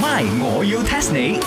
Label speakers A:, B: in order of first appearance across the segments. A: My，我要 test 你。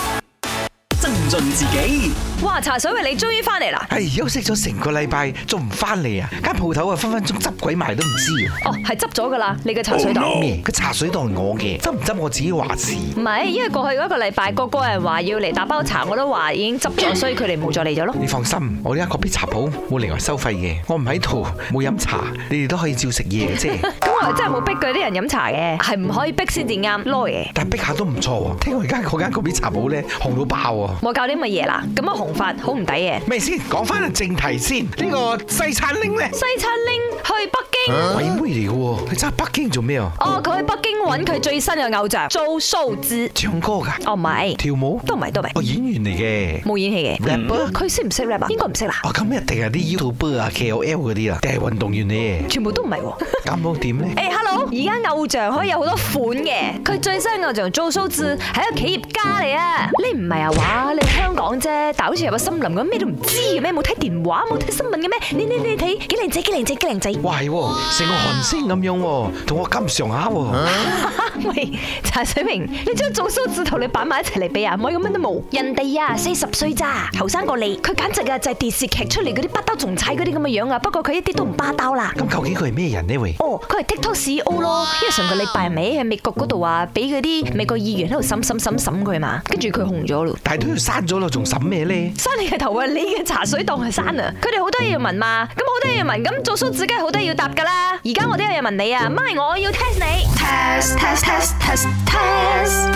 A: 增進自己，
B: 哇！茶水喂，你終於翻嚟啦！
C: 唉，休息咗成個禮拜，仲唔翻嚟啊？間鋪頭啊，分分鐘執鬼埋都唔知啊！
B: 哦，係執咗噶啦，你嘅茶水檔。
C: 咩？個茶水檔係我嘅，執唔執我自己話事。
B: 唔係，因為過去嗰一個禮拜，個個人話要嚟打包茶，我都話已經執咗，所以佢哋冇再嚟咗咯。
C: 你放心，我呢間嗰邊茶鋪冇另外收費嘅，我唔喺度 冇飲茶，你哋都可以照食 嘢嘅啫。
B: 咁我真係冇逼佢啲人飲茶嘅，係唔可以逼先至啱攞嘢。
C: 但逼下都唔錯喎，聽我而家 嗰間嗰邊茶鋪咧紅到爆喎。
B: 我教啲乜嘢啦？咁啊紅法好唔抵嘅。
C: 咩先？講翻正題先，呢、個西餐拎咧，
B: 西餐拎去北京，
C: 鬼妹嚟嘅喎，佢真係北京做咩啊？
B: 哦，佢去北京揾佢最新嘅偶像周秀芝。
C: 唱歌㗎，
B: 哦，唔係，
C: 跳舞，
B: 都唔係，都唔係
C: 我，演員嚟嘅
B: 冇演戲嘅。
C: ，rapper。
B: 佢識唔識 rap 啊？應該唔識啦，
C: 哦，咁一定係啲 YouTuber 啊、KOL 嗰啲啊，定係運動員咧？
B: 全部都唔係喎。
C: 咁好點咧？
B: 誒，hello！而家偶像可以有好多款嘅，佢最新嘅偶像做數字係一個企業家嚟啊！你唔係啊話，你香港啫，但好似入個森林咁，咩都唔知嘅咩？冇睇電話，冇睇新聞嘅咩？你你你睇幾靚仔幾靚仔幾靚仔！
C: 哇，係喎，成個韓星咁樣喎，同我咁上下喎。
B: 喂，茶水明，你將做數字同你擺埋一齊嚟比啊，我咁樣都冇。人哋啊四十歲咋，後生過你，佢簡直啊就係電視劇出嚟嗰啲不兜仲踩嗰啲咁嘅樣啊！不過佢一啲都唔巴兜啦。
C: 咁究竟佢係咩人呢？喂，
B: 哦，佢係 TikTok CEO 咯，因為上個禮拜尾喺美國嗰度話，俾嗰啲美國議員喺度審審審審佢嘛，跟住佢紅咗咯。
C: 但係都要刪咗啦，仲審咩咧？
B: 山你嘅頭啊！你嘅茶水檔係山啊！佢哋好多嘢要問嘛，咁好多嘢要問，咁做數字梗係好多嘢要答噶啦。而家我都有嘢問你啊，咪我要 test 你。
D: test test test test test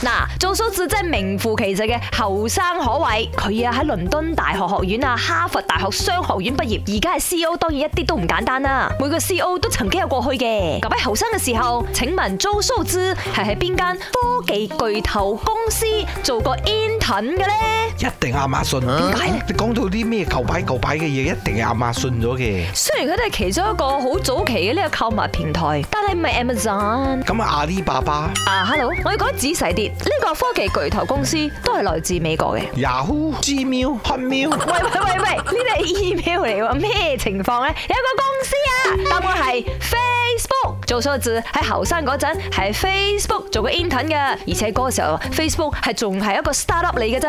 B: 嗱，做數字真係名副其實嘅後生可畏。佢啊喺倫敦大學學院啊、哈佛大學商學院畢業，而家係 C.O. 當然一啲都唔簡單啦。每個 C.O. 都曾經有過去嘅。咁喺後生嘅時候，請問做數字係喺邊間科技巨頭公司做過 intern 嘅呢？
C: 一定亞馬遜。點
B: 解咧？
C: 你講到啲咩舊牌舊牌嘅嘢，一定係亞馬遜咗嘅。
B: 雖然佢哋係其中一個好早期嘅呢個購物平台，但係唔係 Amazon
C: 咁啊，阿里巴巴、
B: 啊？Hello，我要講得仔細啲，呢個科技巨頭公司都係來自美國嘅。
C: Yahoo、Gmail、Hotmail，
B: 喂喂喂喂，呢啲係 email 嚟喎，咩情況咧？有一個公司啊，答案係 Facebook。做數字喺後生嗰陣係 Facebook 做過 intern 嘅，而且嗰個時候 Facebook 係仲係一個 startup 嚟嘅啫。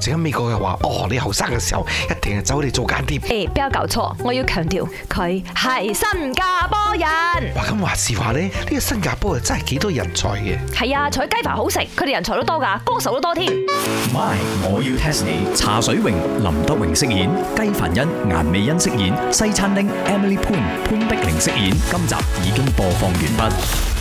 C: 成間美國又話：哦，你後生嘅時候一定係走嚟做間諜。
B: 誒，不要搞錯，我要強調佢係新加坡人。
C: 哇，咁話是話咧，呢個新加坡啊真係幾多人才嘅。
B: 係啊，除咗雞飯好食，佢哋人才都多㗎，歌手都多添。
A: My，我要 test 你。茶水榮、林德榮飾演，雞凡欣、顏美欣飾演，西餐廳 Emily Poon 潘碧玲飾演。今集已經播放完畢。